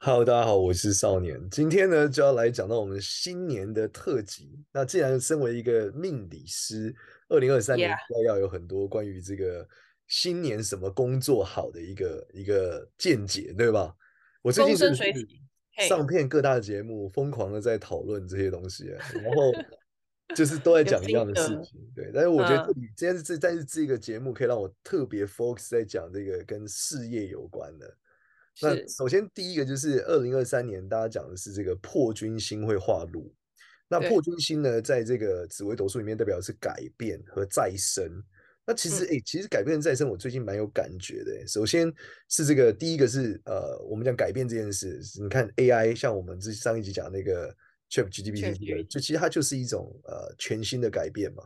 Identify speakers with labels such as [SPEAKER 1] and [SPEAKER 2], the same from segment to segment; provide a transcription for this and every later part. [SPEAKER 1] Hello，大家好，我是少年。今天呢，就要来讲到我们新年的特辑。那既然身为一个命理师，二零二三年
[SPEAKER 2] Yeah
[SPEAKER 1] 应该要有很多关于这个新年什么工作好的一个一个见解，对吧？我最近
[SPEAKER 2] 风
[SPEAKER 1] 真的
[SPEAKER 2] 生水
[SPEAKER 1] 是
[SPEAKER 2] 起嘿
[SPEAKER 1] 上片各大节目疯狂的在讨论这些东西，啊然后就是都在
[SPEAKER 2] 有
[SPEAKER 1] 讲一
[SPEAKER 2] 心
[SPEAKER 1] 样的事
[SPEAKER 2] 得
[SPEAKER 1] 情。对，但是我觉得
[SPEAKER 2] 嗯
[SPEAKER 1] 这里今天是这，但是这个节目可以让我特别 focus 在讲这个跟事业有关的。那
[SPEAKER 2] 是
[SPEAKER 1] 首先第一个就是二零二三年，大家讲的是这个破军星会化禄。那
[SPEAKER 2] 对
[SPEAKER 1] 破军星呢，在这个紫微斗数里面代表的是改变和再生。那其实，
[SPEAKER 2] 嗯
[SPEAKER 1] 诶、其实改变再生，我最近蛮有感觉的诶。首先是这个，第一个是呃，我们讲改变这件事，你看 AI，像我们之上一集讲那个 ChatGPT，
[SPEAKER 2] ChatGPT
[SPEAKER 1] 就其实它就是一种呃全新的改变嘛，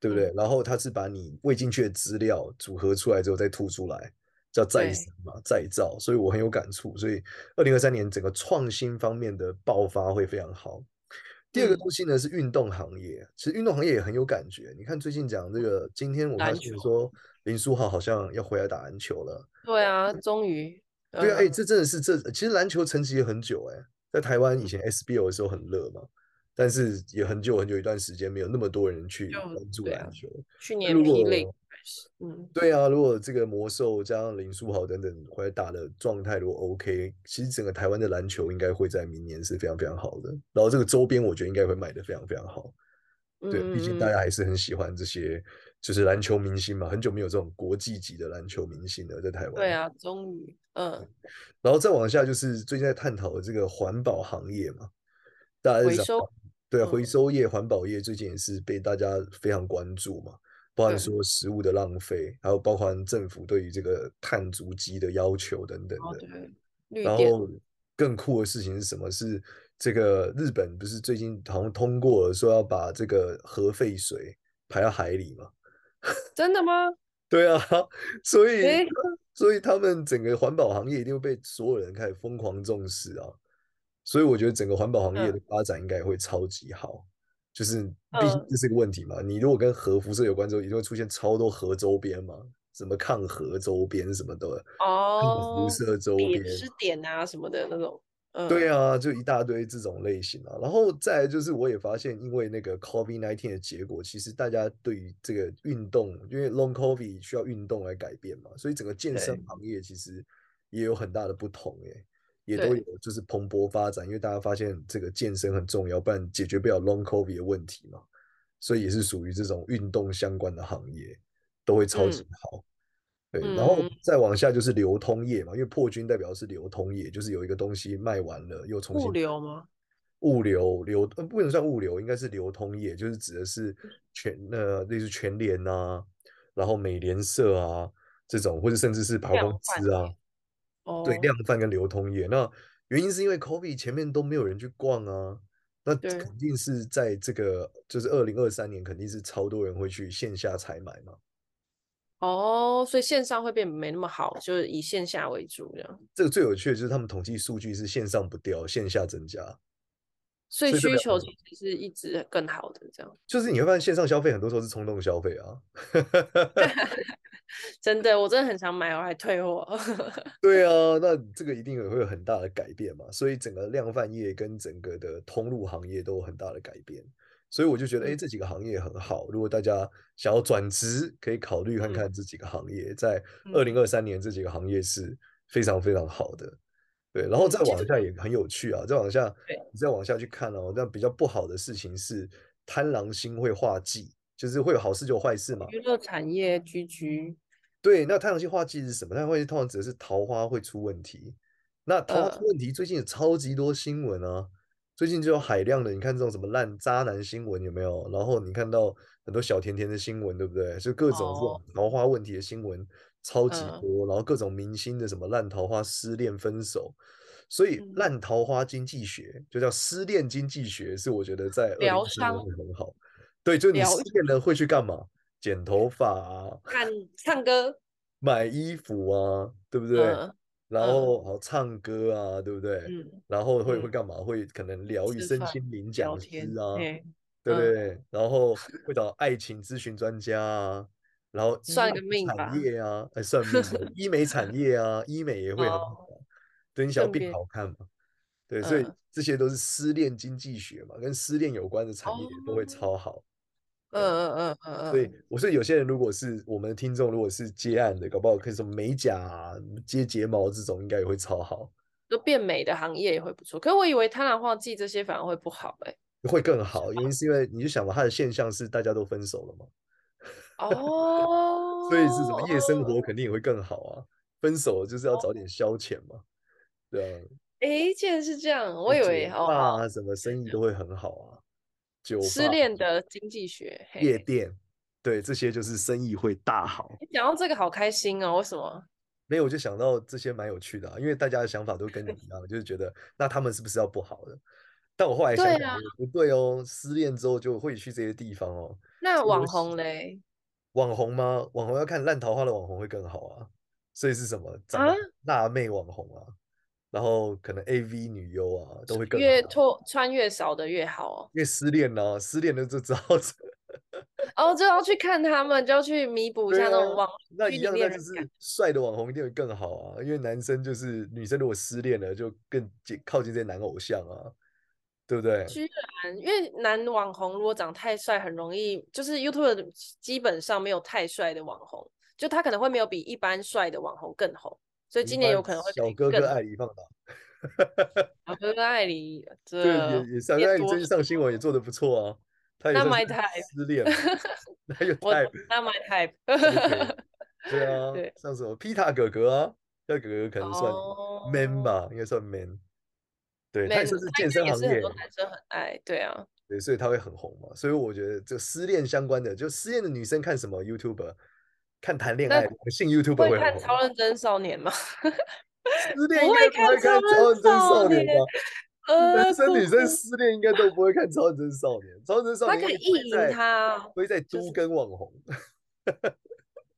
[SPEAKER 1] 对不
[SPEAKER 2] 嗯
[SPEAKER 1] 对？然后它是把你喂进去的资料组合出来之后再吐出来，叫再
[SPEAKER 2] 对
[SPEAKER 1] 生嘛，再造，所以我很有感触。所以二零二三年整个创新方面的爆发会非常好。第二个
[SPEAKER 2] 嗯
[SPEAKER 1] 东西呢是运动行业，其实运动行业也很有感觉。你看最近讲这个，今天我
[SPEAKER 2] 篮
[SPEAKER 1] 发现
[SPEAKER 2] 球
[SPEAKER 1] 说林书豪好像要回来打篮球了。
[SPEAKER 2] 对啊，终于。
[SPEAKER 1] 对啊，哎、
[SPEAKER 2] 嗯
[SPEAKER 1] 这真的是这，其实篮球沉寂也很久哎、在台湾以前
[SPEAKER 2] 嗯
[SPEAKER 1] SBL 的时候很热嘛，但是也很久很久一段时间没有那么多人去
[SPEAKER 2] 就
[SPEAKER 1] 关注
[SPEAKER 2] 对
[SPEAKER 1] 篮
[SPEAKER 2] 啊
[SPEAKER 1] 球。
[SPEAKER 2] 去年
[SPEAKER 1] 如
[SPEAKER 2] P
[SPEAKER 1] 果
[SPEAKER 2] 零开始，嗯，
[SPEAKER 1] 对啊，如果这个魔兽加上林书豪等等回来打的状态如果 OK，其实整个台湾的篮球应该会在明年是非常非常好的。然后这个周边我觉得应该会卖得非常非常好。对，毕竟大
[SPEAKER 2] 嗯
[SPEAKER 1] 家还是很喜欢这些，就是篮球明星嘛，很久没有这种国际级的篮球明星了，在台湾。
[SPEAKER 2] 对啊，终于，嗯，
[SPEAKER 1] 然后再往下就是最近在探讨的这个环保行业嘛，大家在
[SPEAKER 2] 回
[SPEAKER 1] 讲
[SPEAKER 2] 收，
[SPEAKER 1] 对啊
[SPEAKER 2] 嗯
[SPEAKER 1] 回收业、环保业最近也是被大家非常关注嘛，包含
[SPEAKER 2] 对
[SPEAKER 1] 说食物的浪费，还有包含政府对于这个碳足迹的要求等等
[SPEAKER 2] 哦
[SPEAKER 1] 的。
[SPEAKER 2] 对，绿
[SPEAKER 1] 然
[SPEAKER 2] 电，
[SPEAKER 1] 后更酷的事情是什么？是这个日本不是最近好像通过了说要把这个核废水排到海里嘛？
[SPEAKER 2] 真的吗？
[SPEAKER 1] 对啊，所以
[SPEAKER 2] 诶
[SPEAKER 1] 所以他们整个环保行业一定会被所有人开始疯狂重视啊。所以我觉得整个环保行
[SPEAKER 2] 嗯
[SPEAKER 1] 业的发展应该也会超级好，就是毕竟
[SPEAKER 2] 嗯
[SPEAKER 1] 这是个问题嘛。你如果跟核辐射有关之后，一定会出现超多核周边嘛，什么抗核周边什么的，抗辐
[SPEAKER 2] 哦，
[SPEAKER 1] 射周边
[SPEAKER 2] 点，是点啊什么的那种，嗯，
[SPEAKER 1] 对
[SPEAKER 2] 啊，
[SPEAKER 1] 啊，就一大堆这种类型啊。然后再来就是，我也发现，因为那个 COVID-19 的结果，其实大家对于这个运动，因为 Long COVID 需要运动来改变嘛，所以整个健身
[SPEAKER 2] 对
[SPEAKER 1] 行业其实也有很大的不同诶，也都
[SPEAKER 2] 对
[SPEAKER 1] 有就是蓬勃发展，因为大家发现这个健身很重要，不然解决不了 Long COVID 的问题嘛。所以也是属于这种运动相关的行业，都会超级好。对，然后
[SPEAKER 2] 嗯
[SPEAKER 1] 再往下就是流通业嘛，因为破军代表的是流通业，就是有一个东西卖完了又重
[SPEAKER 2] 物
[SPEAKER 1] 新
[SPEAKER 2] 流吗？
[SPEAKER 1] 物流流呃不能算物流，应该是流通业，就是指的是全呃类似全联啊，然后美联社啊这种，或者甚至是百货
[SPEAKER 2] 量
[SPEAKER 1] 公
[SPEAKER 2] 贩
[SPEAKER 1] 司啊，对
[SPEAKER 2] 哦，
[SPEAKER 1] 量贩跟流通业。那原因是因为 COVID 前面都没有人去逛啊，那
[SPEAKER 2] 对
[SPEAKER 1] 肯定是在这个就是二零二三年肯定是超多人会去线下采买嘛。
[SPEAKER 2] 哦，所以线上会变没那么好，就是以线下为主这样，
[SPEAKER 1] 这个最有趣的就是他们统计数据是线上不掉，线下增加，
[SPEAKER 2] 所以
[SPEAKER 1] 所以代
[SPEAKER 2] 需
[SPEAKER 1] 表
[SPEAKER 2] 求其实是一直更好的这样。
[SPEAKER 1] 就是你会发现线上消费很多时候是冲动消费啊。
[SPEAKER 2] 真的，我真的很想买，我还退货。
[SPEAKER 1] 对啊，那这个一定也会有很大的改变嘛，所以整个量贩业跟整个的通路行业都有很大的改变，所以我就觉得，哎，
[SPEAKER 2] 嗯
[SPEAKER 1] 这几个行业很好，如果大家想要转职，可以考虑看
[SPEAKER 2] 嗯
[SPEAKER 1] 看这几个行业，在二零二三年这几个行业是非常非常好的，对，然后
[SPEAKER 2] 嗯
[SPEAKER 1] 再
[SPEAKER 2] 其
[SPEAKER 1] 往
[SPEAKER 2] 实
[SPEAKER 1] 下也很有趣啊，再往下
[SPEAKER 2] 对，
[SPEAKER 1] 你再往下去看哦，那比较不好的事情是贪狼星会化忌，就是会有好事就有坏事嘛，
[SPEAKER 2] 娱乐产业居居，
[SPEAKER 1] 对，那太阳系化忌是什么？太阳系化忌通常指的是桃花会出问题。那桃花出
[SPEAKER 2] 呃
[SPEAKER 1] 问题，最近有超级多新闻啊，最近就有海量的，你看这种什么烂渣男新闻有没有？然后你看到很多小甜甜的新闻，对不对？就各种这种
[SPEAKER 2] 哦
[SPEAKER 1] 桃花问题的新闻超级
[SPEAKER 2] 嗯
[SPEAKER 1] 多，然后各种明星的什么烂桃花、失恋、分手，所以
[SPEAKER 2] 嗯
[SPEAKER 1] 烂桃花经济学就叫失恋经济学，是我觉得在
[SPEAKER 2] 疗
[SPEAKER 1] 2020
[SPEAKER 2] 伤
[SPEAKER 1] 年很好。对，就是你
[SPEAKER 2] 疗
[SPEAKER 1] 失恋了会去干嘛？剪头发啊，
[SPEAKER 2] 看唱歌，
[SPEAKER 1] 买衣服啊，对不对？
[SPEAKER 2] 嗯
[SPEAKER 1] 然
[SPEAKER 2] 嗯
[SPEAKER 1] 后好唱歌啊，对不对？
[SPEAKER 2] 嗯，
[SPEAKER 1] 然后会会
[SPEAKER 2] 嗯
[SPEAKER 1] 干嘛？会可能疗愈
[SPEAKER 2] 吃
[SPEAKER 1] 身
[SPEAKER 2] 饭
[SPEAKER 1] 心灵
[SPEAKER 2] 聊
[SPEAKER 1] 讲师
[SPEAKER 2] 天
[SPEAKER 1] 啊，
[SPEAKER 2] 嘿
[SPEAKER 1] 对不
[SPEAKER 2] 嗯
[SPEAKER 1] 对？然后会找爱情咨询专家啊，然后医
[SPEAKER 2] 算
[SPEAKER 1] 美
[SPEAKER 2] 个命吧
[SPEAKER 1] 产业啊，哎，算命 吧医美产业啊，医美也会很好啊，对你想要
[SPEAKER 2] 哦顺
[SPEAKER 1] 变
[SPEAKER 2] 便
[SPEAKER 1] 好看嘛？对，所以
[SPEAKER 2] 嗯
[SPEAKER 1] 这些都是失恋经济学嘛，跟失恋有关的产业都会
[SPEAKER 2] 哦
[SPEAKER 1] 超好。
[SPEAKER 2] 嗯嗯嗯嗯嗯，
[SPEAKER 1] 所以，我说有些人如果是我们的听众，如果是接案的，搞不好可以什么美甲啊、接睫毛这种，应该也会超好，
[SPEAKER 2] 就变美的行业也会不错。可是我以为贪婪化剂这些反而会不好 哎、
[SPEAKER 1] 会更好。原因是因为你就想嘛，它的现象是大家都分手了嘛，
[SPEAKER 2] 哦，
[SPEAKER 1] 所以是什么夜生活
[SPEAKER 2] 哦？
[SPEAKER 1] 肯定也会更好啊。分手了就是要找点消遣嘛，对啊。
[SPEAKER 2] 哎，竟然是这样，我以
[SPEAKER 1] 酒
[SPEAKER 2] 为哦，
[SPEAKER 1] 吧
[SPEAKER 2] 哦
[SPEAKER 1] 啊什么生意都会很好啊，酒
[SPEAKER 2] 失
[SPEAKER 1] 吧、
[SPEAKER 2] 恋的经济学。嘿
[SPEAKER 1] 夜店，对，这些就是生意会大好。
[SPEAKER 2] 你讲到这个好开心哦，为什么？
[SPEAKER 1] 没有，我就想到这些蛮有趣的啊，因为大家的想法都跟你一样，就是觉得那他们是不是要不好的？但我后来想
[SPEAKER 2] 对
[SPEAKER 1] 想，
[SPEAKER 2] 啊
[SPEAKER 1] 不对哦，失恋之后就会去这些地方哦。
[SPEAKER 2] 那
[SPEAKER 1] 我
[SPEAKER 2] 网
[SPEAKER 1] 喜
[SPEAKER 2] 红嘞？
[SPEAKER 1] 网红吗？网红要看烂桃花的网红会更好啊。所以是什么？长
[SPEAKER 2] 啊
[SPEAKER 1] 得辣妹网红啊，然后可能 AV 女优啊，都会更
[SPEAKER 2] 越
[SPEAKER 1] 好啊。
[SPEAKER 2] 脱穿越少的越好哦
[SPEAKER 1] 因为失恋呢、失恋的就只好
[SPEAKER 2] 哦。哦，就要去看他们，就要去弥补一
[SPEAKER 1] 对
[SPEAKER 2] 下那种
[SPEAKER 1] 啊
[SPEAKER 2] 网
[SPEAKER 1] 那
[SPEAKER 2] 剧
[SPEAKER 1] 一
[SPEAKER 2] 里
[SPEAKER 1] 样，那
[SPEAKER 2] 面
[SPEAKER 1] 就
[SPEAKER 2] 人家
[SPEAKER 1] 是帅的网红一定会更好啊。因为男生就是女生，如果失恋了，就更接靠近这些男偶像啊，对不对？
[SPEAKER 2] 居然，因为男网红如果长太帅，很容易就是 YouTube 的基本上没有太帅的网红，就他可能会没有比一般帅的网红更红，所以
[SPEAKER 1] 一
[SPEAKER 2] 今年有
[SPEAKER 1] 般
[SPEAKER 2] 可能会
[SPEAKER 1] 小
[SPEAKER 2] 比
[SPEAKER 1] 哥
[SPEAKER 2] 更
[SPEAKER 1] 哥
[SPEAKER 2] 红
[SPEAKER 1] 爱里放倒，
[SPEAKER 2] 小哥哥艾里这
[SPEAKER 1] 对，也也小哥
[SPEAKER 2] 变
[SPEAKER 1] 哥爱里
[SPEAKER 2] 多
[SPEAKER 1] 最近上新闻也做得不错啊。他也
[SPEAKER 2] 那
[SPEAKER 1] 算
[SPEAKER 2] my
[SPEAKER 1] 是
[SPEAKER 2] type
[SPEAKER 1] 失恋嘛， 那又
[SPEAKER 2] 我
[SPEAKER 1] 太
[SPEAKER 2] 那 my type，
[SPEAKER 1] OK 对啊，
[SPEAKER 2] 对
[SPEAKER 1] 像什么皮塔哥哥啊，那哥哥可能算 man
[SPEAKER 2] 哦
[SPEAKER 1] 吧，应该算 man。对，他也
[SPEAKER 2] man，
[SPEAKER 1] 算是
[SPEAKER 2] 他应
[SPEAKER 1] 健身
[SPEAKER 2] 该也
[SPEAKER 1] 行
[SPEAKER 2] 是很
[SPEAKER 1] 业
[SPEAKER 2] 多，男生很爱，对啊，
[SPEAKER 1] 对，所以他会很红嘛。所以我觉得这失恋相关的，就失恋的女生看什么 YouTuber，看谈恋
[SPEAKER 2] 那
[SPEAKER 1] 爱的，信 YouTuber
[SPEAKER 2] 会
[SPEAKER 1] 会
[SPEAKER 2] 看
[SPEAKER 1] 很红
[SPEAKER 2] 超
[SPEAKER 1] 吧。
[SPEAKER 2] 认真少年吗？
[SPEAKER 1] 失恋应
[SPEAKER 2] 不会
[SPEAKER 1] 该不会看超
[SPEAKER 2] 看超人
[SPEAKER 1] 人真
[SPEAKER 2] 少
[SPEAKER 1] 少年
[SPEAKER 2] 年
[SPEAKER 1] 吧？
[SPEAKER 2] 呃
[SPEAKER 1] 男生女生失恋应该都不会看超人真少年，超人真少
[SPEAKER 2] 他
[SPEAKER 1] 年
[SPEAKER 2] 可以
[SPEAKER 1] 应该不会
[SPEAKER 2] 意
[SPEAKER 1] 在
[SPEAKER 2] 淫他哦
[SPEAKER 1] 不会在
[SPEAKER 2] 就
[SPEAKER 1] 都
[SPEAKER 2] 是
[SPEAKER 1] 跟网 红，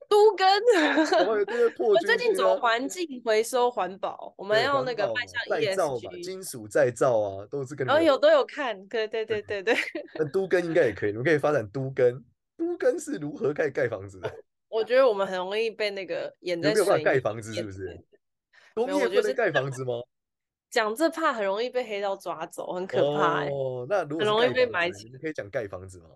[SPEAKER 2] 都跟。
[SPEAKER 1] 然后都在
[SPEAKER 2] 我
[SPEAKER 1] 破
[SPEAKER 2] 们最
[SPEAKER 1] 军
[SPEAKER 2] 近
[SPEAKER 1] 区
[SPEAKER 2] 走
[SPEAKER 1] 啊
[SPEAKER 2] 环境回收环保，我们
[SPEAKER 1] 对
[SPEAKER 2] 要
[SPEAKER 1] 环
[SPEAKER 2] 那个
[SPEAKER 1] 保
[SPEAKER 2] 迈
[SPEAKER 1] 嘛
[SPEAKER 2] 向 E
[SPEAKER 1] 再造嘛，
[SPEAKER 2] ESG，
[SPEAKER 1] 金属再造啊，都是跟你
[SPEAKER 2] 然后
[SPEAKER 1] 们
[SPEAKER 2] 哦有都有看，对对对对对，
[SPEAKER 1] 那都更应该也可以，你们可以发展都更。都更是如何盖盖房 子的？
[SPEAKER 2] 我觉得我们很容易被那个演
[SPEAKER 1] 你们没
[SPEAKER 2] 在
[SPEAKER 1] 有办
[SPEAKER 2] 水
[SPEAKER 1] 法盖
[SPEAKER 2] 泥
[SPEAKER 1] 房子，是
[SPEAKER 2] 面
[SPEAKER 1] 不
[SPEAKER 2] 对
[SPEAKER 1] 是？工
[SPEAKER 2] 没有
[SPEAKER 1] 业
[SPEAKER 2] 我
[SPEAKER 1] 不
[SPEAKER 2] 觉得
[SPEAKER 1] 能
[SPEAKER 2] 是
[SPEAKER 1] 盖房子吗？
[SPEAKER 2] 讲这怕很容易被黑道抓走，很可怕、欸。
[SPEAKER 1] 哦，那如果是
[SPEAKER 2] 很容易
[SPEAKER 1] 盖
[SPEAKER 2] 被
[SPEAKER 1] 房
[SPEAKER 2] 埋
[SPEAKER 1] 子，你们可以讲盖房子吗？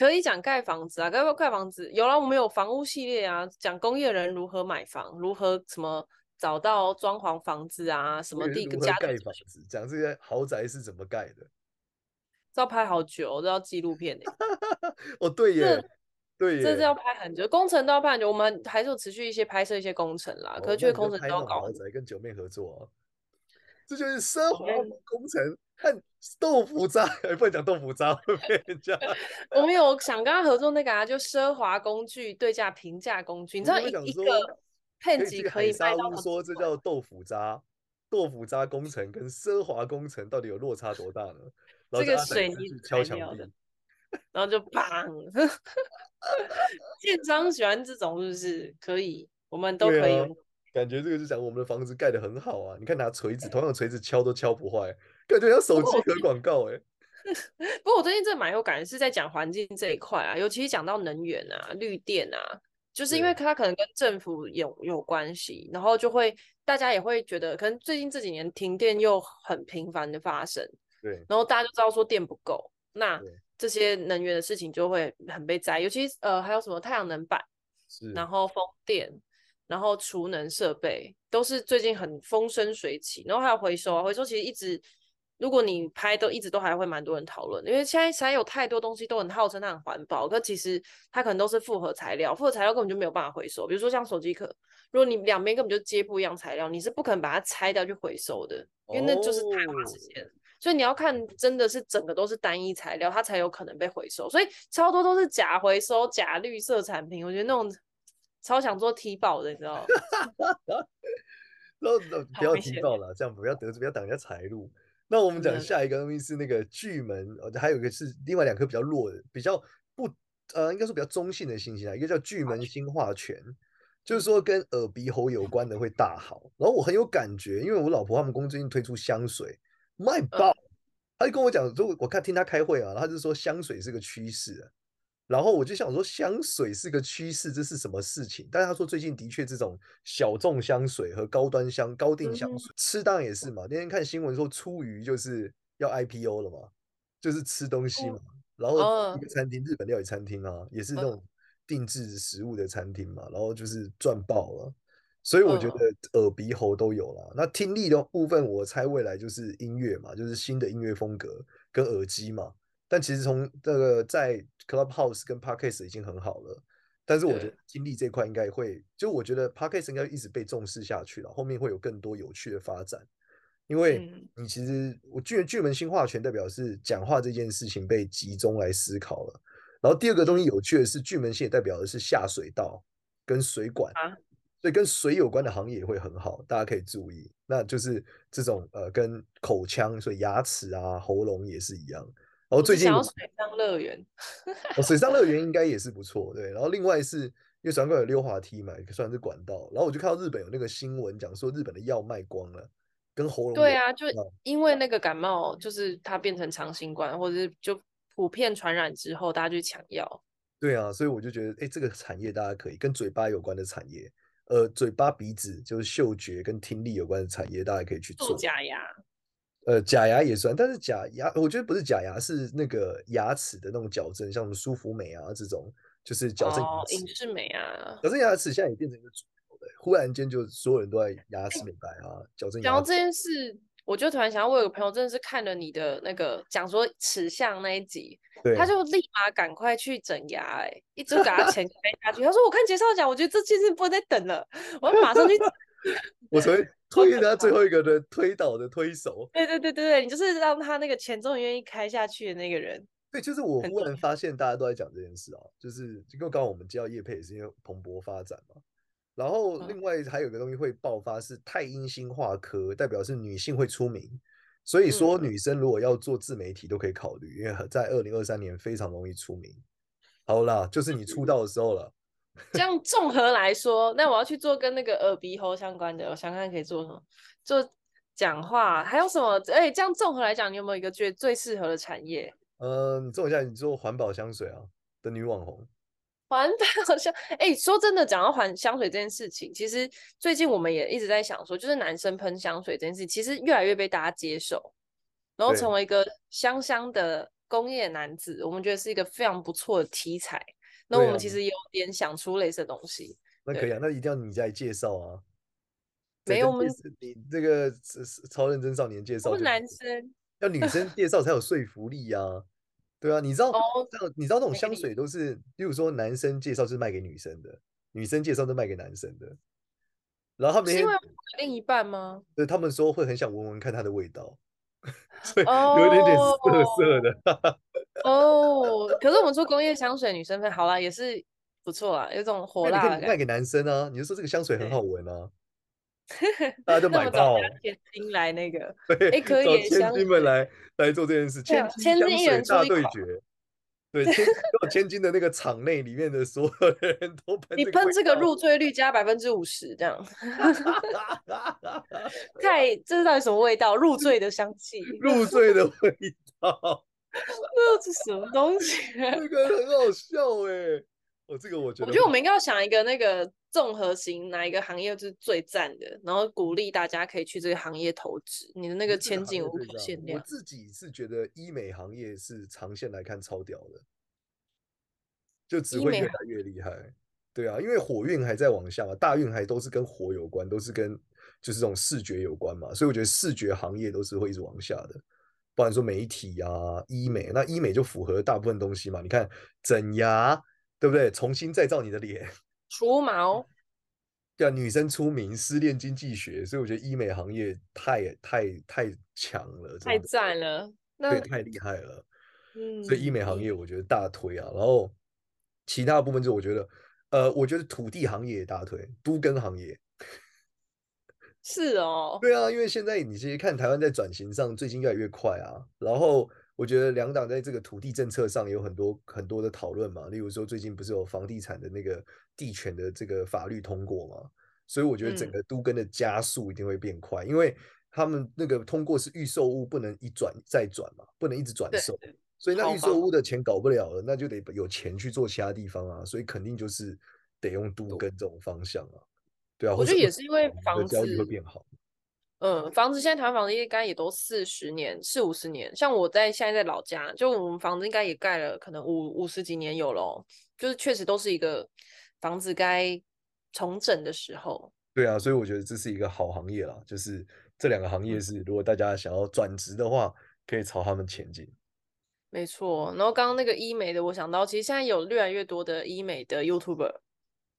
[SPEAKER 2] 可以讲盖房子啊，盖不盖房子？有啦，我们有房屋系列啊，讲工业人如何买房，如何什么找到装潢房子啊，什
[SPEAKER 1] 我
[SPEAKER 2] 么
[SPEAKER 1] 以为
[SPEAKER 2] 地
[SPEAKER 1] 是如何
[SPEAKER 2] 家
[SPEAKER 1] 盖
[SPEAKER 2] 具
[SPEAKER 1] 房子，讲这些豪宅是怎么盖的？
[SPEAKER 2] 要拍好久，都要纪录片欸
[SPEAKER 1] 哦，对
[SPEAKER 2] 这
[SPEAKER 1] 耶，对耶，
[SPEAKER 2] 这是要拍很久，工程都要拍很久。我们还是有持续一些拍摄一些工程啦，
[SPEAKER 1] 哦
[SPEAKER 2] 可是
[SPEAKER 1] 那
[SPEAKER 2] 这些
[SPEAKER 1] 你就
[SPEAKER 2] 工程
[SPEAKER 1] 拍
[SPEAKER 2] 都
[SPEAKER 1] 那
[SPEAKER 2] 要
[SPEAKER 1] 种
[SPEAKER 2] 搞
[SPEAKER 1] 豪
[SPEAKER 2] 很久。
[SPEAKER 1] 宅跟九妹合作啊，这就是奢华
[SPEAKER 2] 面
[SPEAKER 1] 工程和豆腐渣， 哎不能讲豆腐渣会被人家。
[SPEAKER 2] 我们有想跟他合作那个啊，就奢华工具对价平价工 具，你知
[SPEAKER 1] 我
[SPEAKER 2] 道
[SPEAKER 1] 就
[SPEAKER 2] 一
[SPEAKER 1] 想
[SPEAKER 2] 一
[SPEAKER 1] 说
[SPEAKER 2] 个
[SPEAKER 1] 可
[SPEAKER 2] 片
[SPEAKER 1] 以
[SPEAKER 2] 集
[SPEAKER 1] 去
[SPEAKER 2] 可
[SPEAKER 1] 海
[SPEAKER 2] 以卖
[SPEAKER 1] 沙
[SPEAKER 2] 到
[SPEAKER 1] 屋
[SPEAKER 2] 很
[SPEAKER 1] 说这
[SPEAKER 2] 多
[SPEAKER 1] 叫豆腐渣，豆腐渣工程跟奢华工程到底有落差多大呢？然后
[SPEAKER 2] 这个
[SPEAKER 1] 叫阿仔
[SPEAKER 2] 水
[SPEAKER 1] 下
[SPEAKER 2] 泥哦
[SPEAKER 1] 去敲
[SPEAKER 2] 材
[SPEAKER 1] 墙
[SPEAKER 2] 料
[SPEAKER 1] 壁
[SPEAKER 2] 的，然后就砰。建商喜欢这种是不是？可以，我们都
[SPEAKER 1] 对
[SPEAKER 2] 可以。
[SPEAKER 1] 啊感觉这个就讲我们的房子盖得很好啊！你看拿锤子，同样的锤子敲都敲不坏，感觉像手
[SPEAKER 2] 过
[SPEAKER 1] 机
[SPEAKER 2] 我
[SPEAKER 1] 壳广告哎、
[SPEAKER 2] 不过我最近这蛮有感，是在讲环境这一块啊，尤其是讲到能源啊、绿电啊，就是因为它可能跟政府有有关系，然后就会大家也会觉得，可能最近这几年停电又很频繁的发生，
[SPEAKER 1] 对，
[SPEAKER 2] 然后大家就知道说电不够，那
[SPEAKER 1] 对
[SPEAKER 2] 这些能源的事情就会很被灾，尤其是呃还有什么太阳能板，
[SPEAKER 1] 是。
[SPEAKER 2] 然后风电，然后储能设备都是最近很风生水起，然后还有回收啊，回收其实一直，如果你拍都一直都还会蛮多人讨论的，因为现在实在有太多东西都很号称它很环保，可其实它可能都是复合材料，复合材料根本就没有办法回收，比如说像手机壳，如果你两边根本就接不一样材料，你是不可能把它拆掉去回收的，因为那就是太花时
[SPEAKER 1] 哦嗯
[SPEAKER 2] 间了。所以你要看，真的是整个都是单一材料，它才有可能被回收。所以超多都是假回收、假 绿色产品，我觉得那种超想做提保的，你知道吗？
[SPEAKER 1] 然后呃
[SPEAKER 2] 好
[SPEAKER 1] 不要
[SPEAKER 2] 危
[SPEAKER 1] 提
[SPEAKER 2] 险哦嗯
[SPEAKER 1] 到了，这样不要得罪，不要挡人家财路。那我们
[SPEAKER 2] 真
[SPEAKER 1] 讲
[SPEAKER 2] 的
[SPEAKER 1] 下一个东西是那个巨门，呃还有一个是另外两颗比较弱的，比较不呃，应该说比较中性的星星啊，一个叫巨门星化权，
[SPEAKER 2] 嗯
[SPEAKER 1] 就是说跟耳鼻喉有关的会大好。然后我很有感觉，因为我老婆他们公司最近推出香水，
[SPEAKER 2] 嗯
[SPEAKER 1] 卖爆。她就跟我讲，说我看听她开会啊，她就说香水是个趋势啊、然后我就想说，香水是个趋势，这是什么事情？但是他说最近的确这种小众香水和高端香、高定香
[SPEAKER 2] 嗯
[SPEAKER 1] 水，吃当然也是嘛。那天看新闻说，出于就是要 IPO 了嘛，就是吃东西
[SPEAKER 2] 哦
[SPEAKER 1] 嘛。然后
[SPEAKER 2] 哦
[SPEAKER 1] 一个餐厅，日本料理餐厅啊，也是那
[SPEAKER 2] 嗯
[SPEAKER 1] 种定制食物的餐厅嘛，然后就是赚爆了。所以我觉
[SPEAKER 2] 嗯
[SPEAKER 1] 得耳鼻喉都有啦。那听力的部分，我猜未来就是音乐嘛，就是新的音乐风格跟耳机嘛。但其实从这个在 Clubhouse 跟 Podcast 已经很好了，但是我觉
[SPEAKER 2] 对
[SPEAKER 1] 得经历这块应该会，就我觉得 Podcast 应该一直被重视下去了，后面会有更多有趣的发展。因为
[SPEAKER 2] 嗯
[SPEAKER 1] 你其实我巨巨门星化权代表是讲话这件事情被集中来思考了，然后第二个东
[SPEAKER 2] 嗯
[SPEAKER 1] 西有趣的是巨门星也代表的是下水道跟水管
[SPEAKER 2] 啊，
[SPEAKER 1] 所以跟水有关的行业也会很好，大家可以注意。那就是这种呃跟口腔，所以牙齿啊、喉咙也是一样。然后
[SPEAKER 2] 我
[SPEAKER 1] 最
[SPEAKER 2] 只
[SPEAKER 1] 近
[SPEAKER 2] 想
[SPEAKER 1] 我
[SPEAKER 2] 要水上乐园，
[SPEAKER 1] 哦，水上乐园应该也是不错，对。然后另外是因为水上乐园有溜滑梯嘛，也算是管道。然后我就看到日本有那个新闻讲说，日本的药卖光了，跟喉咙
[SPEAKER 2] 对
[SPEAKER 1] 有
[SPEAKER 2] 啊，就
[SPEAKER 1] 关
[SPEAKER 2] 因为那个感冒，就是它变成长新冠，或者是就普遍传染之后，大家去抢药，
[SPEAKER 1] 对啊，所以我就觉得，哎，这个产业大家可以跟嘴巴有关的产业，呃，嘴巴、鼻子就是嗅觉跟听力有关的产业，大家可以去
[SPEAKER 2] 做
[SPEAKER 1] 做。
[SPEAKER 2] 假牙，
[SPEAKER 1] 呃，假牙也算，但是假牙我觉得不是假牙，是那个牙齿的那种矫正，像什么舒肤美啊这种，就是矫正牙
[SPEAKER 2] 哦，
[SPEAKER 1] 齿。
[SPEAKER 2] 影视美啊。
[SPEAKER 1] 矫正牙齿现在也变成一个主流了，忽然间就所有人都在牙齿美白啊，矫正
[SPEAKER 2] 哎讲
[SPEAKER 1] 牙
[SPEAKER 2] 到
[SPEAKER 1] 齿。
[SPEAKER 2] 这件事，我就突然想到，我有个朋友真的是看了你的那个讲说齿相那一集，
[SPEAKER 1] 对，
[SPEAKER 2] 他就立马赶快去整牙、欸，哎，一直给他钱开下去。他说：“我看介绍讲，我觉得这件事不能再等了，我要马上去整。
[SPEAKER 1] 我昨天推他最后一个的推倒的推手”，
[SPEAKER 2] 对对对对对，你就是让他那个钱终于愿意开下去的那个人。
[SPEAKER 1] 对，就是我
[SPEAKER 2] 很
[SPEAKER 1] 忽
[SPEAKER 2] 重
[SPEAKER 1] 然
[SPEAKER 2] 要
[SPEAKER 1] 发现大家都在讲这件事啊，就是因为刚好我们接到业配也是因为蓬勃发展嘛，然后
[SPEAKER 2] 嗯
[SPEAKER 1] 另外还有一个东西会爆发是太阴星化科，代表是女性会出名，所以说
[SPEAKER 2] 嗯
[SPEAKER 1] 女生如果要做自媒体都可以考虑，因为在二零二三年非常容易出名。好啦，就是你
[SPEAKER 2] 嗯
[SPEAKER 1] 出道的时候了。
[SPEAKER 2] 这样综合来说，那我要去做跟那个耳鼻喉相关的，我想看可以做什么，做讲话，还有什么？哎、这样综合来讲，你有没有一个觉得最适合的产业？
[SPEAKER 1] 呃，你做一下，你做环保香水啊的女网红，
[SPEAKER 2] 环保 香，哎、说真的，讲到环香水这件事情，其实最近我们也一直在想说，就是男生喷香水这件事，其实越来越被大家接受，然后
[SPEAKER 1] 对
[SPEAKER 2] 成为一个香香的工业男子，我们觉得是一个非常不错的题材。那
[SPEAKER 1] 对
[SPEAKER 2] 我们
[SPEAKER 1] 啊
[SPEAKER 2] 其实也有点想出类似的东西，
[SPEAKER 1] 那可以啊，那一定要你来介绍啊。
[SPEAKER 2] 没
[SPEAKER 1] 对
[SPEAKER 2] 有
[SPEAKER 1] 这
[SPEAKER 2] 我们
[SPEAKER 1] 是你这个是是超认真少年介
[SPEAKER 2] 我
[SPEAKER 1] 绍，
[SPEAKER 2] 们
[SPEAKER 1] 就
[SPEAKER 2] 男
[SPEAKER 1] 是
[SPEAKER 2] 生
[SPEAKER 1] 要女生 介绍才有说服力呀、对啊，你知道
[SPEAKER 2] 哦，
[SPEAKER 1] 像你知道那种
[SPEAKER 2] 没
[SPEAKER 1] 香
[SPEAKER 2] 理
[SPEAKER 1] 水都是，例如说男生介绍是卖给女生的，女生介绍是卖给男生的，然后他们
[SPEAKER 2] 是
[SPEAKER 1] 那
[SPEAKER 2] 因为
[SPEAKER 1] 天
[SPEAKER 2] 我的另一半吗？
[SPEAKER 1] 对他们说会很想闻闻看它的味道，所以 有一点点
[SPEAKER 2] 哦
[SPEAKER 1] 涩涩的。
[SPEAKER 2] 哦，可是我们做工业香水，女生喷好啦，也是不错啦，有种
[SPEAKER 1] 那
[SPEAKER 2] 火
[SPEAKER 1] 你
[SPEAKER 2] 辣
[SPEAKER 1] 可
[SPEAKER 2] 的
[SPEAKER 1] 以
[SPEAKER 2] 感
[SPEAKER 1] 卖
[SPEAKER 2] 觉。
[SPEAKER 1] 给男生啊，你就说这个香水很
[SPEAKER 2] 对
[SPEAKER 1] 好闻 啊，大家就
[SPEAKER 2] 那
[SPEAKER 1] 买
[SPEAKER 2] 我们找哎
[SPEAKER 1] 爆。
[SPEAKER 2] 天津来那个。
[SPEAKER 1] 对，
[SPEAKER 2] 诶可以
[SPEAKER 1] 找
[SPEAKER 2] 耶
[SPEAKER 1] 千
[SPEAKER 2] 香
[SPEAKER 1] 金们
[SPEAKER 2] 水
[SPEAKER 1] 来来做这件事，
[SPEAKER 2] 对
[SPEAKER 1] 千
[SPEAKER 2] 啊
[SPEAKER 1] 金
[SPEAKER 2] 千
[SPEAKER 1] 香
[SPEAKER 2] 金一
[SPEAKER 1] 水
[SPEAKER 2] 人出
[SPEAKER 1] 大
[SPEAKER 2] 一
[SPEAKER 1] 对
[SPEAKER 2] 款
[SPEAKER 1] 决。对， 千到千金的那个场内里面的所有的人都喷
[SPEAKER 2] 你
[SPEAKER 1] 这
[SPEAKER 2] 喷
[SPEAKER 1] 味
[SPEAKER 2] 这个
[SPEAKER 1] 道
[SPEAKER 2] 入罪率加百分之五十，这样太这是到底什么味道？入罪的香气，
[SPEAKER 1] 嗯入睡的味道，
[SPEAKER 2] 这是什么东西？
[SPEAKER 1] 这个很好笑哎。哦，这个我觉
[SPEAKER 2] 我
[SPEAKER 1] 得
[SPEAKER 2] 觉得我
[SPEAKER 1] 会
[SPEAKER 2] 们应该要想一个那个综合型，哪一个行业是最赞的，然后鼓励大家可以去这个行业投资。你的那
[SPEAKER 1] 我觉得
[SPEAKER 2] 个
[SPEAKER 1] 这
[SPEAKER 2] 前
[SPEAKER 1] 行
[SPEAKER 2] 景
[SPEAKER 1] 业
[SPEAKER 2] 无
[SPEAKER 1] 最
[SPEAKER 2] 可
[SPEAKER 1] 大
[SPEAKER 2] 限
[SPEAKER 1] 我
[SPEAKER 2] 量。
[SPEAKER 1] 自己是觉得医美行业是长线来看超屌的，就只
[SPEAKER 2] 医
[SPEAKER 1] 会
[SPEAKER 2] 美
[SPEAKER 1] 越来越厉害。对啊，因为火运还在往下嘛，大运还都是跟火有关，都是跟就是这种视觉有关嘛，所以我觉得视觉行业都是会一直往下的。不然说媒体啊、医美，那医美就符合大部分东西嘛。你看整牙，对不对？重新再造你的脸，
[SPEAKER 2] 除毛，
[SPEAKER 1] 对啊，女生出名，失恋经济学，所以我觉得医美行业太太太强了，真
[SPEAKER 2] 太
[SPEAKER 1] 的，
[SPEAKER 2] 赞了。那
[SPEAKER 1] 对，太厉害了。
[SPEAKER 2] 嗯，
[SPEAKER 1] 啊所以医美行
[SPEAKER 2] 嗯
[SPEAKER 1] 业我觉得大推啊，然后其他部分就我觉得，呃，我觉得土地行业也大推，都跟行业，
[SPEAKER 2] 是哦，
[SPEAKER 1] 对啊，因为现在你其实看台湾在转型上最近越来越快啊，然后我觉得两党在这个土地政策上也有很多很多的讨论嘛，例如说最近不是有房地产的那个地权的这个法律通过嘛，所以我觉得整
[SPEAKER 2] 嗯
[SPEAKER 1] 个都跟的加速一定会变快，因为他们那个通过是预售屋，不能一转再转嘛，不能一直转
[SPEAKER 2] 对
[SPEAKER 1] 售，所以那
[SPEAKER 2] 好
[SPEAKER 1] 预售
[SPEAKER 2] 吧
[SPEAKER 1] 屋的钱搞不了了，那就得有钱去做其他地方啊，所以肯定就是得用都跟这种方向啊，对啊，
[SPEAKER 2] 我
[SPEAKER 1] 或
[SPEAKER 2] 觉
[SPEAKER 1] 者
[SPEAKER 2] 得也
[SPEAKER 1] 二
[SPEAKER 2] 是
[SPEAKER 1] 十
[SPEAKER 2] 因为
[SPEAKER 1] 年的
[SPEAKER 2] 房
[SPEAKER 1] 交易
[SPEAKER 2] 子
[SPEAKER 1] 会变好。
[SPEAKER 2] 嗯，房子现在台湾房子应该也都四十年、四五十年。像我在现在在老家，就我们房子应该也盖了，可能五五十几年有咯，就是确实都是一个房子该重整的时候。
[SPEAKER 1] 对啊，所以我觉得这是一个好行业啦，就是这两个行业
[SPEAKER 2] 嗯
[SPEAKER 1] 是，如果大家想要转职的话，可以朝他们前进。
[SPEAKER 2] 没错。然后刚刚那个医美的，我想到其实现在有越来越多的医美的 YouTuber，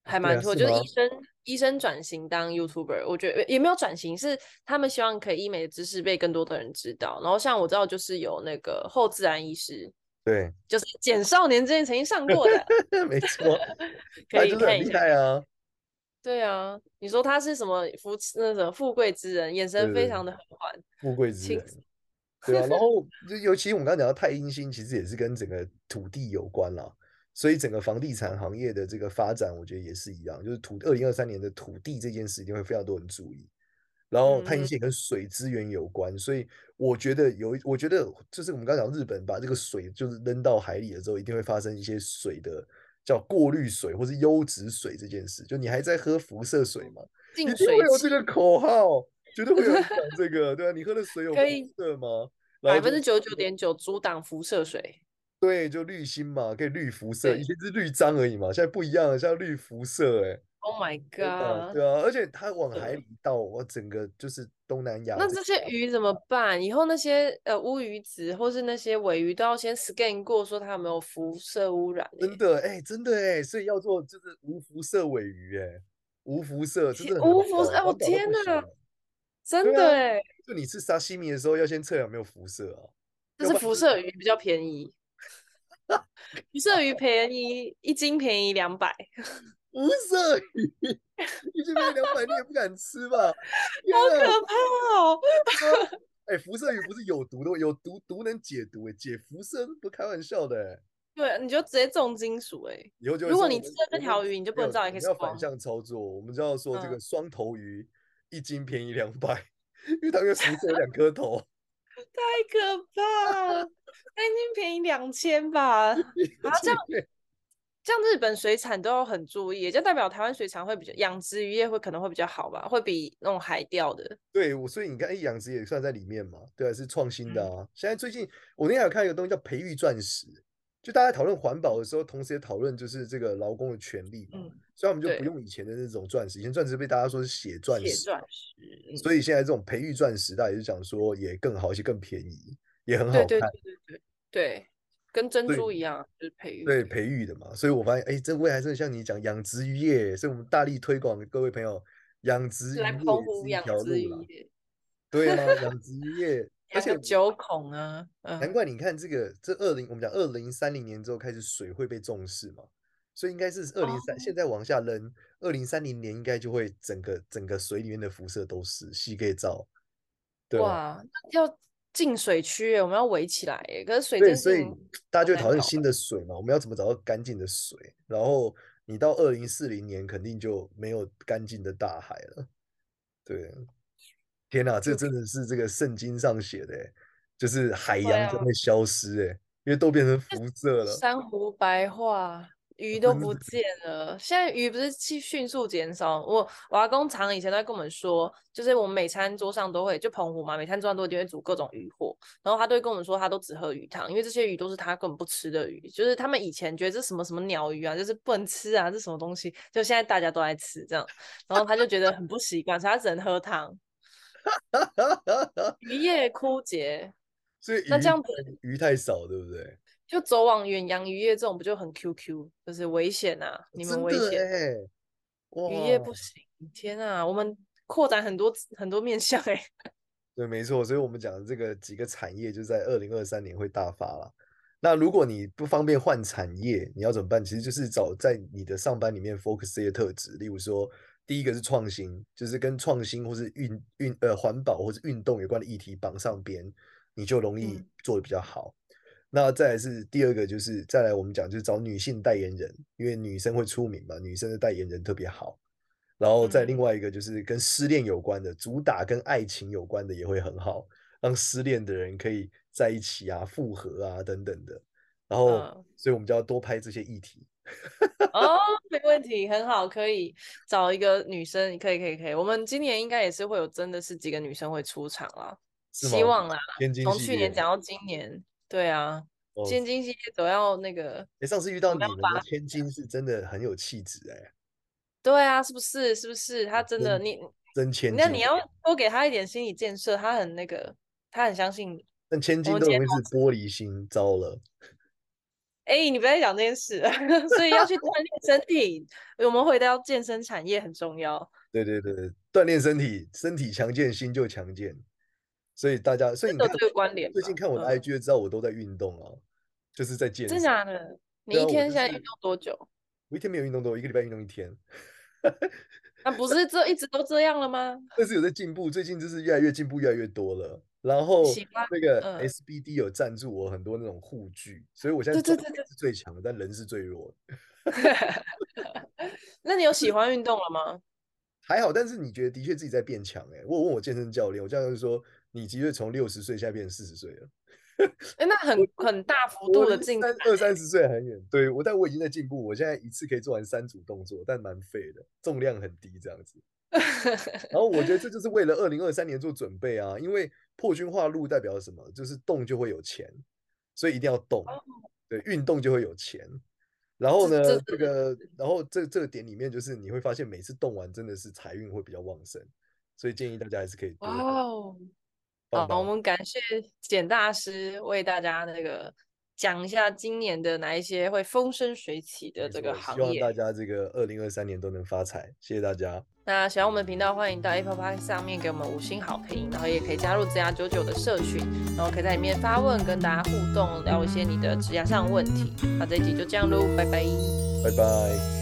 [SPEAKER 2] 还
[SPEAKER 1] 哦对
[SPEAKER 2] 蛮
[SPEAKER 1] 啊
[SPEAKER 2] 多，
[SPEAKER 1] 是
[SPEAKER 2] 就是
[SPEAKER 1] 吗
[SPEAKER 2] 医生医生转型当 YouTuber，我觉得呃也没有转型，是他们希望可以医美的知识被更多的人知道。然后像我知道就是有那个后自然医师。
[SPEAKER 1] 对，
[SPEAKER 2] 就是简少年之前曾经上过的，
[SPEAKER 1] 没错，
[SPEAKER 2] 可
[SPEAKER 1] 他
[SPEAKER 2] 以
[SPEAKER 1] 真的
[SPEAKER 2] 看
[SPEAKER 1] 很
[SPEAKER 2] 一
[SPEAKER 1] 厉
[SPEAKER 2] 下。
[SPEAKER 1] 害啊。
[SPEAKER 2] 对啊，你说他是什么福那什么富贵之人，眼神
[SPEAKER 1] 对
[SPEAKER 2] 非常的和缓。
[SPEAKER 1] 富贵之
[SPEAKER 2] 亲
[SPEAKER 1] 人， 对啊，然后就尤其我们刚刚讲到太阴星，其实也是跟整个土地有关啦，所以整个房地产行业的这个发展，我觉得也是一样，就是土二零二三年的土地这件事，一定会非常多人注意。然后太
[SPEAKER 2] 嗯
[SPEAKER 1] 阴
[SPEAKER 2] 哼
[SPEAKER 1] 星也跟水资源有关，所以我觉得有一，我觉得就是我们刚刚讲日本把这个水就是扔到海里了之后，一定会发生一些水的叫过滤水或是优质水这件事，就你还在喝辐射水吗？
[SPEAKER 2] 净
[SPEAKER 1] 一定
[SPEAKER 2] 水
[SPEAKER 1] 会有这
[SPEAKER 2] 器
[SPEAKER 1] 个口号，绝对会有人讲这个，对啊，你喝的水有
[SPEAKER 2] 可
[SPEAKER 1] 辐
[SPEAKER 2] 以
[SPEAKER 1] 射吗？然后
[SPEAKER 2] 百
[SPEAKER 1] 就
[SPEAKER 2] 分之九十九点九阻挡辐射水，
[SPEAKER 1] 对，就滤芯嘛，可以滤辐射，以
[SPEAKER 2] 对
[SPEAKER 1] 前是滤脏而已嘛，现在不一样了，现在滤辐射、欸，哎，
[SPEAKER 2] Oh my
[SPEAKER 1] 天哪，对
[SPEAKER 2] god！
[SPEAKER 1] 啊，而且它往海
[SPEAKER 2] 呃
[SPEAKER 1] 里倒，我整个就是东南亚
[SPEAKER 2] 那
[SPEAKER 1] 这
[SPEAKER 2] 这些鱼怎么办？以后那些呃乌鱼子或是那些尾鱼都要先 scan 过，说它有没有辐射污染欸、
[SPEAKER 1] 真的，哎、真的、欸，哎，所以要做就是无辐射尾鱼、欸，哎，无辐射，这
[SPEAKER 2] 天
[SPEAKER 1] 真的很
[SPEAKER 2] 无
[SPEAKER 1] 难
[SPEAKER 2] 辐
[SPEAKER 1] 搞
[SPEAKER 2] 射，哎，
[SPEAKER 1] 难
[SPEAKER 2] 我
[SPEAKER 1] 搞到
[SPEAKER 2] 天
[SPEAKER 1] 不行
[SPEAKER 2] 哪
[SPEAKER 1] 欸，
[SPEAKER 2] 真
[SPEAKER 1] 对
[SPEAKER 2] 的
[SPEAKER 1] 啊
[SPEAKER 2] 哎、
[SPEAKER 1] 就你吃沙西米的时候要先测有没有辐射 啊， 要
[SPEAKER 2] 就是
[SPEAKER 1] 不然
[SPEAKER 2] 辐射鱼比较便宜，辐射鱼便宜一斤便宜两百，
[SPEAKER 1] 辐射鱼，一斤卖两百，你也不敢吃吧？天
[SPEAKER 2] 好
[SPEAKER 1] 啊
[SPEAKER 2] 可怕哦！
[SPEAKER 1] 哎、辐射鱼不是有毒的，有毒毒能解毒、欸，解辐射不开玩笑的、欸。
[SPEAKER 2] 对，你就直接重金属哎、
[SPEAKER 1] 以后就会
[SPEAKER 2] 如
[SPEAKER 1] 说
[SPEAKER 2] 果
[SPEAKER 1] 我
[SPEAKER 2] 你
[SPEAKER 1] 们
[SPEAKER 2] 吃了
[SPEAKER 1] 我
[SPEAKER 2] 那
[SPEAKER 1] 们
[SPEAKER 2] 条鱼，你就不
[SPEAKER 1] 没有
[SPEAKER 2] 能照
[SPEAKER 1] 我们要反
[SPEAKER 2] X 光。
[SPEAKER 1] 向操作，我们就要说这
[SPEAKER 2] 嗯
[SPEAKER 1] 个双头鱼一斤便宜两百，因为它因为辐射有两颗头。
[SPEAKER 2] 太可怕了，那已经便宜两千吧？啊，这样这样日本水产都要很注意，就代表台湾水产会比较养殖渔业会可能会比较好吧，会比那种海钓的。
[SPEAKER 1] 对，我所以你看，哎，养殖也算在里面嘛，对啊，是创新的
[SPEAKER 2] 嗯
[SPEAKER 1] 啊。现在最近我那天还有看一个东西叫培育钻石，就大家讨论环保的时候，同时也讨论就是这个劳工的权利嘛。
[SPEAKER 2] 嗯，
[SPEAKER 1] 所以我们就不
[SPEAKER 2] 对
[SPEAKER 1] 用以前的那种钻石，以前钻石被大家说是血钻
[SPEAKER 2] 铁
[SPEAKER 1] 石，
[SPEAKER 2] 钻石，
[SPEAKER 1] 所以现在这种培育钻石，大家也是讲说也更好，而且更便宜，也很
[SPEAKER 2] 嗯，
[SPEAKER 1] 好
[SPEAKER 2] 对
[SPEAKER 1] 看。
[SPEAKER 2] 对对对对对，跟珍
[SPEAKER 1] 对
[SPEAKER 2] 珠一样，啊就是培育。
[SPEAKER 1] 对培育的嘛，所以我发现，哎，这未来真的像你讲养殖渔业，所以我们大力推广各位朋友，养殖
[SPEAKER 2] 来
[SPEAKER 1] 渔业
[SPEAKER 2] 澎
[SPEAKER 1] 也
[SPEAKER 2] 湖
[SPEAKER 1] 是一
[SPEAKER 2] 养
[SPEAKER 1] 条
[SPEAKER 2] 殖
[SPEAKER 1] 路啦。
[SPEAKER 2] 渔业，
[SPEAKER 1] 对啊， 养殖渔业，而
[SPEAKER 2] 养
[SPEAKER 1] 且
[SPEAKER 2] 个九孔啊，
[SPEAKER 1] 难
[SPEAKER 2] 嗯，
[SPEAKER 1] 怪你看这个，这二零我们讲二零三零年之后开始水会被重视嘛，所以应该是二零三
[SPEAKER 2] 哦
[SPEAKER 1] 现在往下扔，二零三零年应该就会整个整个水里面的辐射都是细给照，对啊吧？
[SPEAKER 2] 哇，那要进水区欸耶，我们要围起来欸耶。可是水这
[SPEAKER 1] 对，
[SPEAKER 2] 件
[SPEAKER 1] 所
[SPEAKER 2] 事
[SPEAKER 1] 以
[SPEAKER 2] 情
[SPEAKER 1] 大家
[SPEAKER 2] 好
[SPEAKER 1] 就会
[SPEAKER 2] 难
[SPEAKER 1] 讨论
[SPEAKER 2] 搞
[SPEAKER 1] 新的水嘛，我们要怎么找到干净的水？然后你到二零四零年肯定就没有干净的大海了。对，天哪，这
[SPEAKER 2] 就
[SPEAKER 1] 真的是这个圣经上写的欸，就是海
[SPEAKER 2] 对
[SPEAKER 1] 洋将
[SPEAKER 2] 啊
[SPEAKER 1] 会消失，哎，因为都变成辐射了。哦
[SPEAKER 2] 珊瑚白化，鱼都
[SPEAKER 1] 真
[SPEAKER 2] 不
[SPEAKER 1] 的
[SPEAKER 2] 见了。现在鱼不是去迅速减少。我我阿公常以前都在跟我们说，就是我们每餐桌上都会，就澎湖嘛，每餐桌上都一定会煮各种鱼货。然后他都会跟我们说，他都只喝鱼汤，因为这些鱼都是他根本不吃的鱼。就是他们以前觉得这什么什么鸟鱼啊，就是不能吃啊，这什么东西，就现在大家都爱吃这样。然后他就觉得很不习惯，所以他只能喝汤。渔业枯竭，
[SPEAKER 1] 所以
[SPEAKER 2] 那这
[SPEAKER 1] 鱼
[SPEAKER 2] 样子
[SPEAKER 1] 鱼太少，对不对？
[SPEAKER 2] 就走往远洋渔业这种不就很 QQ，就是危险啊！你们
[SPEAKER 1] 真
[SPEAKER 2] 危
[SPEAKER 1] 的
[SPEAKER 2] 险，
[SPEAKER 1] 哎，
[SPEAKER 2] 渔业
[SPEAKER 1] 哇
[SPEAKER 2] 不行。天啊，我们扩展很多很多面向 哎、
[SPEAKER 1] 对，没错，所以我们讲的这个几个产业就在二零二三年会大发了。那如果你不方便换产业，你要怎么办？其实就是找在你的上班里面 focus 这些特质，例如说第一个是创新，就是跟创新或是运运呃环保或是运动有关的议题绑上边，你就容易
[SPEAKER 2] 嗯
[SPEAKER 1] 做的比较好。那再来是第二个，就是再来我们讲就是找女性代言人，因为女生会出名嘛，女生的代言人特别好。然后再另
[SPEAKER 2] 嗯
[SPEAKER 1] 外一个就是跟失恋有关的，主打跟爱情有关的也会很好，让失恋的人可以在一起啊、复合啊等等的。然后，
[SPEAKER 2] 嗯
[SPEAKER 1] 所以我们就要多拍这些议题。
[SPEAKER 2] 哦，没问题，很好，可以找一个女生，可以，可以，可以。我们今年应该也是会有，真的是几个女生会出场啦，
[SPEAKER 1] 是
[SPEAKER 2] 希
[SPEAKER 1] 吗
[SPEAKER 2] 望啦。
[SPEAKER 1] 天津
[SPEAKER 2] 从
[SPEAKER 1] 系
[SPEAKER 2] 去
[SPEAKER 1] 列
[SPEAKER 2] 年讲到今年，对啊，
[SPEAKER 1] 哦
[SPEAKER 2] 天津系列走到那个，
[SPEAKER 1] 诶上次遇到
[SPEAKER 2] 我
[SPEAKER 1] 你
[SPEAKER 2] 们要
[SPEAKER 1] 们
[SPEAKER 2] 把
[SPEAKER 1] 的千金是真的很有气质哎，
[SPEAKER 2] 对啊，是不是？是不是？他哦真的，
[SPEAKER 1] 真
[SPEAKER 2] 你
[SPEAKER 1] 真千金。
[SPEAKER 2] 那你要多给他一点心理建设，他很那个，他很相信你。
[SPEAKER 1] 但千金
[SPEAKER 2] 们
[SPEAKER 1] 都
[SPEAKER 2] 今
[SPEAKER 1] 容易
[SPEAKER 2] 天
[SPEAKER 1] 是玻璃心，糟了。
[SPEAKER 2] 哎、你不要再讲这件事了， 所以要去锻炼身体。我们回到健身产业很重要。
[SPEAKER 1] 对对对，对锻炼身体，身体强健，心就强健。所以大家，所以你
[SPEAKER 2] 是有
[SPEAKER 1] 看
[SPEAKER 2] 这个关联
[SPEAKER 1] 最近
[SPEAKER 2] 吧
[SPEAKER 1] 看我的
[SPEAKER 2] 嗯
[SPEAKER 1] IG 就知道我都在运动啊，就是在健
[SPEAKER 2] 真
[SPEAKER 1] 身。
[SPEAKER 2] 假的？你
[SPEAKER 1] 对啊
[SPEAKER 2] 一
[SPEAKER 1] 我
[SPEAKER 2] 天
[SPEAKER 1] 就
[SPEAKER 2] 现在运
[SPEAKER 1] 是
[SPEAKER 2] 动多久？
[SPEAKER 1] 我一天没有运动多，我一个礼拜运动一天，
[SPEAKER 2] 那不是这一直都这样了吗？
[SPEAKER 1] 但是有在进步，最近就是越来越进步，越来越多了。然后
[SPEAKER 2] 行吧
[SPEAKER 1] 那个
[SPEAKER 2] 嗯
[SPEAKER 1] SBD 有赞助我很多那种护具，所以我现在
[SPEAKER 2] 对对
[SPEAKER 1] 状
[SPEAKER 2] 对
[SPEAKER 1] 态是最强的，但人是最弱的。
[SPEAKER 2] 那你有喜欢运动了吗？
[SPEAKER 1] 还好，但是你觉得的确自己在变强哎、我有问我健身教练，我教练就说你的确从六十岁现在变成四十岁了，
[SPEAKER 2] 哎，那很很大幅
[SPEAKER 1] 我
[SPEAKER 2] 度的
[SPEAKER 1] 离
[SPEAKER 2] 进步欸
[SPEAKER 1] 三二三十岁还很远。对我，但我已经在进步，我现在一次可以做完三组动作，但蛮废的，重量很低这样子。然后我觉得这就是为了二零二三年做准备啊，因为破军化路代表什么？就是动就会有钱，所以一定要动，对，运动就会有钱。然后
[SPEAKER 2] 哦这
[SPEAKER 1] 呢，
[SPEAKER 2] 这
[SPEAKER 1] 这个，然后这这个点里面就是你会发现每次动完真的是财运会比较旺盛，所以建议大家还是可以多
[SPEAKER 2] 哇哦！
[SPEAKER 1] 棒
[SPEAKER 2] 好，我
[SPEAKER 1] 棒。
[SPEAKER 2] 们感谢简大师为大家那个讲一下今年的哪一些会风生水起的
[SPEAKER 1] 没
[SPEAKER 2] 这个
[SPEAKER 1] 错
[SPEAKER 2] 行
[SPEAKER 1] 希望
[SPEAKER 2] 业。
[SPEAKER 1] 大家这个二零二三年都能发财，谢谢大家。
[SPEAKER 2] 那喜欢我们的频道，欢迎到 Apple Park 上面给我们五星好评，然后也可以加入职涯九九的社群，然后可以在里面发问，跟大家互动，聊一些你的职涯上的问题。那这一集就这样喽，拜拜。
[SPEAKER 1] 拜拜。